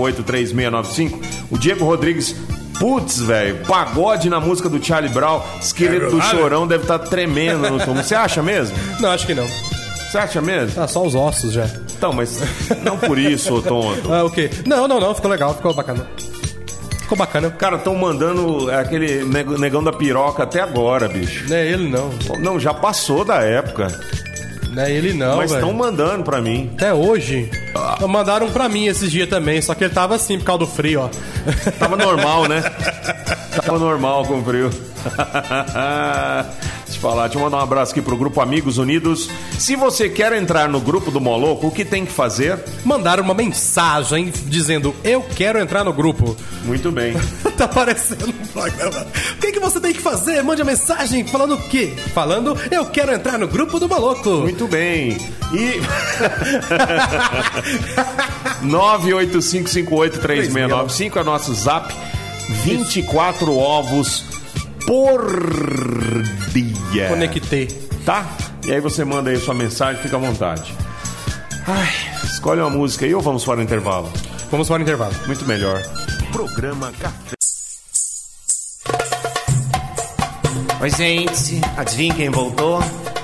S1: 985583695. O Diego Rodrigues Putz, velho, pagode na música do Charlie Brown, esqueleto do chorão deve estar tremendo no túmulo. Você acha mesmo?
S2: Não, acho que não.
S1: Você acha mesmo?
S2: Ah, só os ossos já.
S1: Então, mas não por isso, ô tonto.
S2: Ah, o quê? Não, não, não, ficou legal, ficou bacana. Ficou bacana.
S1: Cara, estão mandando aquele neg- negão da piroca até agora, bicho.
S2: Não é ele não.
S1: Não, já passou da época.
S2: Não é ele não,
S1: mas estão
S2: velho.
S1: mandando pra mim.
S2: Até hoje. Mandaram pra mim esses dias também, só que ele tava assim, por causa do frio, ó. [laughs]
S1: Tava normal, né? Tava normal com frio. [laughs] Deixa eu falar, deixa eu mandar um abraço aqui pro grupo Amigos Unidos. Se você quer entrar no grupo do Moloco, o que tem que fazer?
S2: Mandaram uma mensagem dizendo: Eu quero entrar no grupo. [laughs]
S1: Muito bem.
S2: tá aparecendo no programa. O que, que você tem que fazer? Mande a mensagem falando o quê? Falando: Eu quero entrar no grupo do maluco.
S1: Muito bem. E [laughs] 985583695 é nosso zap. 24 ovos por dia.
S2: Conectei.
S1: Tá? E aí você manda aí sua mensagem, fica à vontade. Ai, escolhe uma música aí ou vamos para o intervalo?
S2: Vamos para o intervalo.
S1: Muito melhor.
S20: Programa Café.
S3: Oi, gente. Adivinha quem voltou?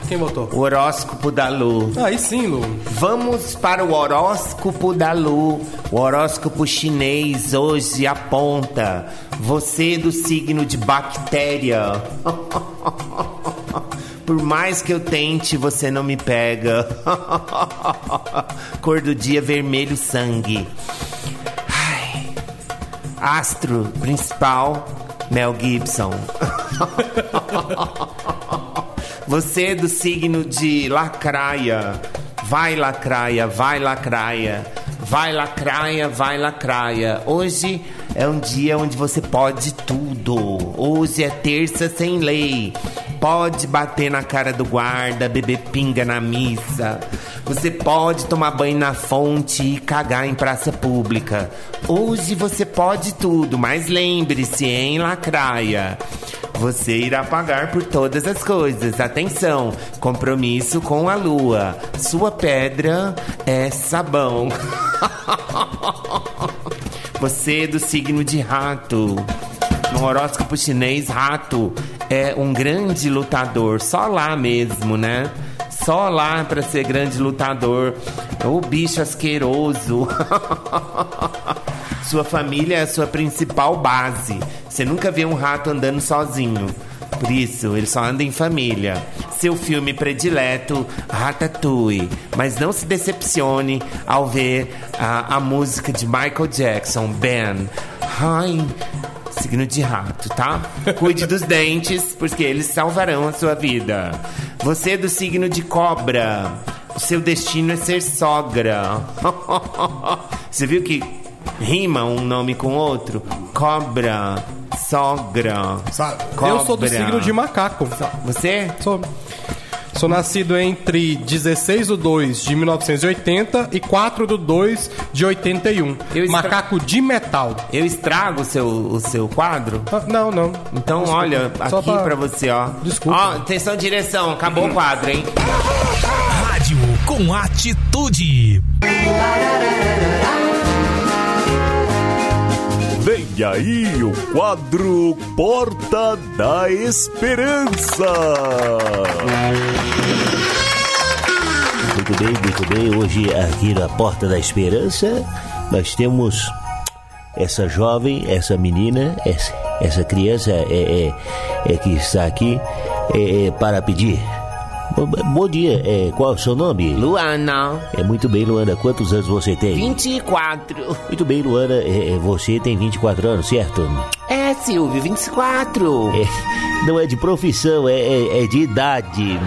S2: Quem voltou?
S3: O horóscopo da Lu.
S2: Aí sim, Lu.
S3: Vamos para o horóscopo da Lu. O horóscopo chinês hoje aponta você do signo de bactéria. [laughs] Por mais que eu tente, você não me pega. [laughs] Cor do dia vermelho sangue. Ai. Astro principal Mel Gibson. Você é do signo de lacraia. Vai lacraia, vai lacraia. Vai lacraia, vai lacraia. Hoje é um dia onde você pode tudo. Hoje é terça sem lei. Pode bater na cara do guarda, beber pinga na missa. Você pode tomar banho na fonte e cagar em praça pública. Hoje você pode tudo, mas lembre-se, hein, lacraia. Você irá pagar por todas as coisas. Atenção, compromisso com a lua. Sua pedra é sabão. [laughs] Você é do signo de rato. No horóscopo chinês, rato é um grande lutador, só lá mesmo, né? Só lá pra ser grande lutador. Ô bicho asqueroso. [laughs] Sua família é a sua principal base. Você nunca vê um rato andando sozinho. Por isso, ele só anda em família. Seu filme predileto, Ratatouille. Mas não se decepcione ao ver a, a música de Michael Jackson, Ben. Ai, signo de rato, tá? Cuide dos dentes, porque eles salvarão a sua vida. Você é do signo de cobra. O seu destino é ser sogra. [laughs] Você viu que Rima um nome com outro? Cobra, sogra.
S2: Sabe? Eu sou do signo de macaco.
S3: Você?
S2: Sou. Sou nascido entre 16 do 2 de 1980 e 4 do 2 de 81.
S3: Eu estra-
S2: Macaco de metal.
S3: Eu estrago o seu, o seu quadro?
S2: Ah, Não, não.
S3: Então, olha,
S2: Só
S3: aqui pra... você, ó.
S2: Desculpa.
S3: Ó, atenção, direção, acabou o quadro, hein?
S20: Rádio com atitude.
S21: Vem aí o quadro Porta da Esperança.
S6: Muito bem, muito bem. Hoje, aqui na Porta da Esperança, É. nós temos essa jovem, essa menina, essa, essa criança é, é- é que está aqui é, é, para pedir. Bo- Bom dia, é, qual é o seu nome?
S3: Luana,
S6: É muito bem, Luana. Quantos anos você tem?
S3: 24.
S6: Muito bem, Luana. É, é, você tem 24 anos, certo?
S3: É, Silvio, 24.
S6: É, não é de profissão, é, é- é de idade.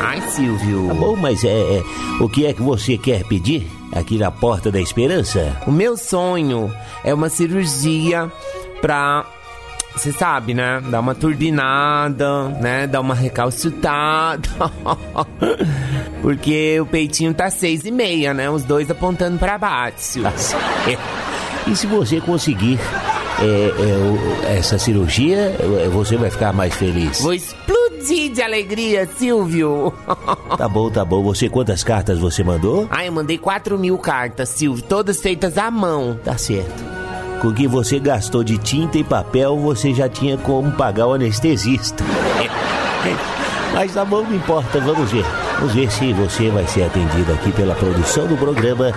S3: Ai, Silvio.
S6: Tá bom, mas é, é, o que é que você quer pedir aqui na Porta da Esperança?
S3: O meu sonho é uma cirurgia pra Você sabe, né? Dá uma turbinada, né? Dá uma recalcitada. [laughs] Porque o peitinho tá seis e meia, né? Os dois apontando pra baixo.
S6: É. E se você conseguir é, é, o- essa cirurgia, é, você vai ficar mais feliz.
S3: Vou explodir de alegria, Silvio. [laughs]
S6: Tá bom, tá bom. Você quantas cartas você mandou?
S3: Ai, eu mandei quatro mil cartas, Silvio. Todas feitas à mão.
S6: Tá certo. Com o que você gastou de tinta e papel, você já tinha como pagar o anestesista. [laughs] Mas tá bom, não importa, vamos ver. Vamos ver se você vai ser atendido aqui pela produção do programa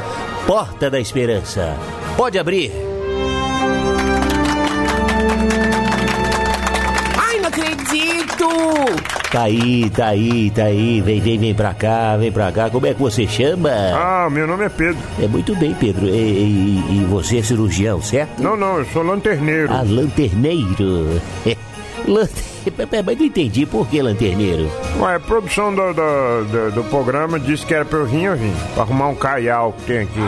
S6: Porta da Esperança. Pode abrir.
S3: Ai, não acredito!
S6: Tá aí, tá aí, tá aí. Vem, vem, vem pra cá, vem pra cá. Como é que você chama?
S11: Ah, meu nome é Pedro.
S6: É muito bem, Pedro. E, e- e você é cirurgião, certo?
S11: Não, não, eu sou lanterneiro.
S6: Ah, lanterneiro. [laughs] Lanterneiro. Mas não entendi por que lanterneiro.
S11: Ué, a produção do, do, do- do programa disse que era pra eu vir, eu vim. Pra arrumar um caial que tem aqui.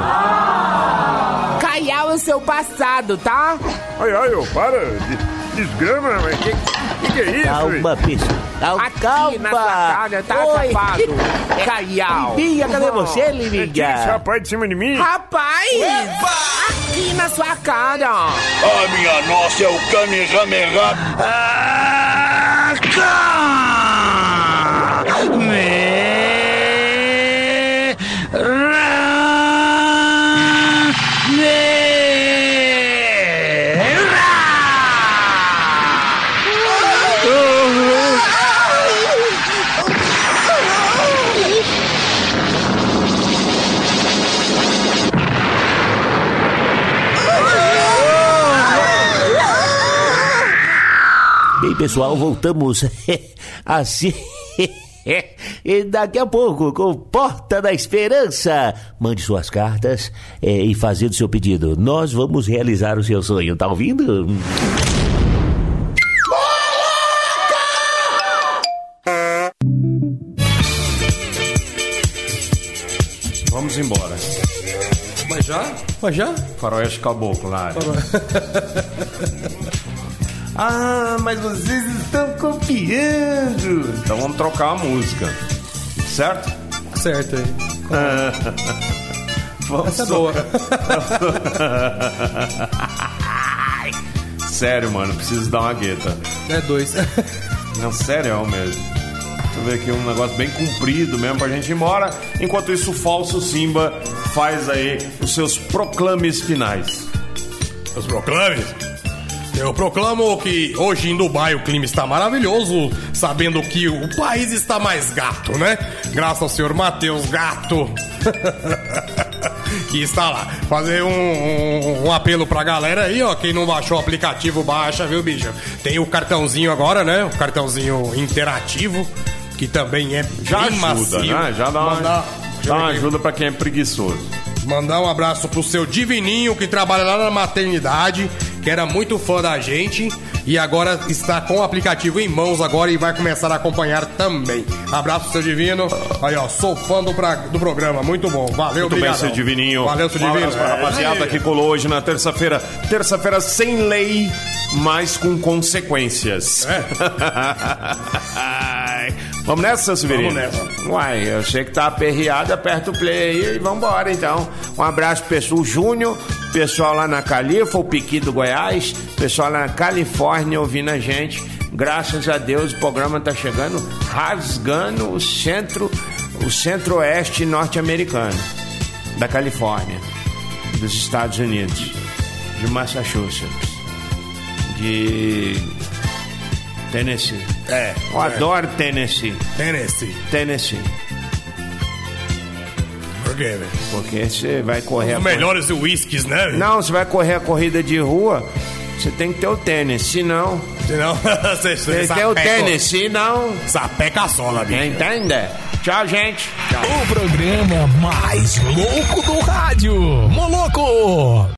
S3: Caial é o seu passado, tá?
S11: Ai, ai, ô, para. de- Desgrama, mas que, que, que é isso?
S6: Calma, pessoal.
S3: Aqui na sua casa, tá
S6: Oi.
S3: safado. É Caial.
S6: Livinha, cadê você,
S11: Você tira esse
S6: Livinha?
S11: rapaz de cima de mim?
S3: Rapaz! Aqui na sua cara!
S22: Ah, minha nossa, é o Kamehameha! Ah, tá. Me- ra- me- ra.
S6: Bem, pessoal, voltamos [laughs] assim. E daqui a pouco, com Porta da Esperança. Mande suas cartas eh, e fazendo seu pedido. Nós vamos realizar o seu sonho, tá ouvindo?
S1: Vamos embora.
S2: Mas já? Mas já?
S1: Faroeste Caboclo, lá. [laughs] Ah, mas vocês estão copiando. Então vamos trocar a música. Certo?
S2: Certo aí.
S1: vamos
S2: Essa é
S1: só-
S2: boa.
S1: Ai. [laughs] Sério, mano, preciso dar uma gueta.
S2: É dois. [laughs]
S1: Não, sério é um mesmo. Deixa eu ver aqui um negócio bem comprido mesmo pra gente ir embora. Enquanto isso, o falso Simba faz aí os seus proclames finais.
S2: Os proclames? Eu proclamo que hoje em Dubai o clima está maravilhoso, sabendo que o país está mais gato, né? Graças ao senhor Matheus Gato. [laughs] que está lá. Fazer um, um, um apelo pra galera aí, ó. Quem não baixou o aplicativo, baixa, viu, bicho? Tem o cartãozinho agora, né? O cartãozinho interativo, que também é
S1: Já
S2: bem
S1: ajuda,
S2: macio.
S1: né? Já dá uma,
S2: Mandar- um
S1: dá uma ajuda pra quem é preguiçoso.
S2: Mandar um abraço pro seu Divininho, que trabalha lá na maternidade, que era muito fã da gente e agora está com o aplicativo em mãos agora e vai começar a acompanhar também. Abraço, seu Divino. Aí, ó, sou fã do, pra- do programa, muito bom. Valeu,
S1: Muito bem,
S2: obrigadão.
S1: seu Divininho.
S2: Valeu, seu
S1: Um
S2: Divino.
S1: abraço pra rapaziada que colou hoje na terça-feira. Terça-feira sem lei, mas com consequências.
S2: É.
S1: [laughs] Ai. Vamos nessa, seu Severino?
S23: Vamos nessa.
S1: Uai, eu sei que tá aperreado, aperta o play aí e vambora, então. Um abraço pro pessoal Júnior, pessoal lá na Califa, o Piqui do Goiás, pessoal lá na Califórnia ouvindo a gente. Graças a Deus o programa tá chegando, rasgando o centro, o centro-oeste norte-americano da Califórnia, dos Estados Unidos, de Massachusetts, de Tennessee. É, eu
S2: é.
S1: adoro Tennessee.
S2: Tennessee.
S1: Tennessee,
S2: Por quê, velho?
S1: porque você vai correr. a
S2: Os melhores whiskies, né?
S1: corrida- É Não, você vai correr a corrida de rua. Você tem que ter o tênis, senão.
S2: Senão, [laughs] você
S1: Você tem o tênis, senão.
S2: Sapeca a sola, bicho.
S1: Entende? Tchau, gente.
S24: O programa mais louco do rádio. Moloco!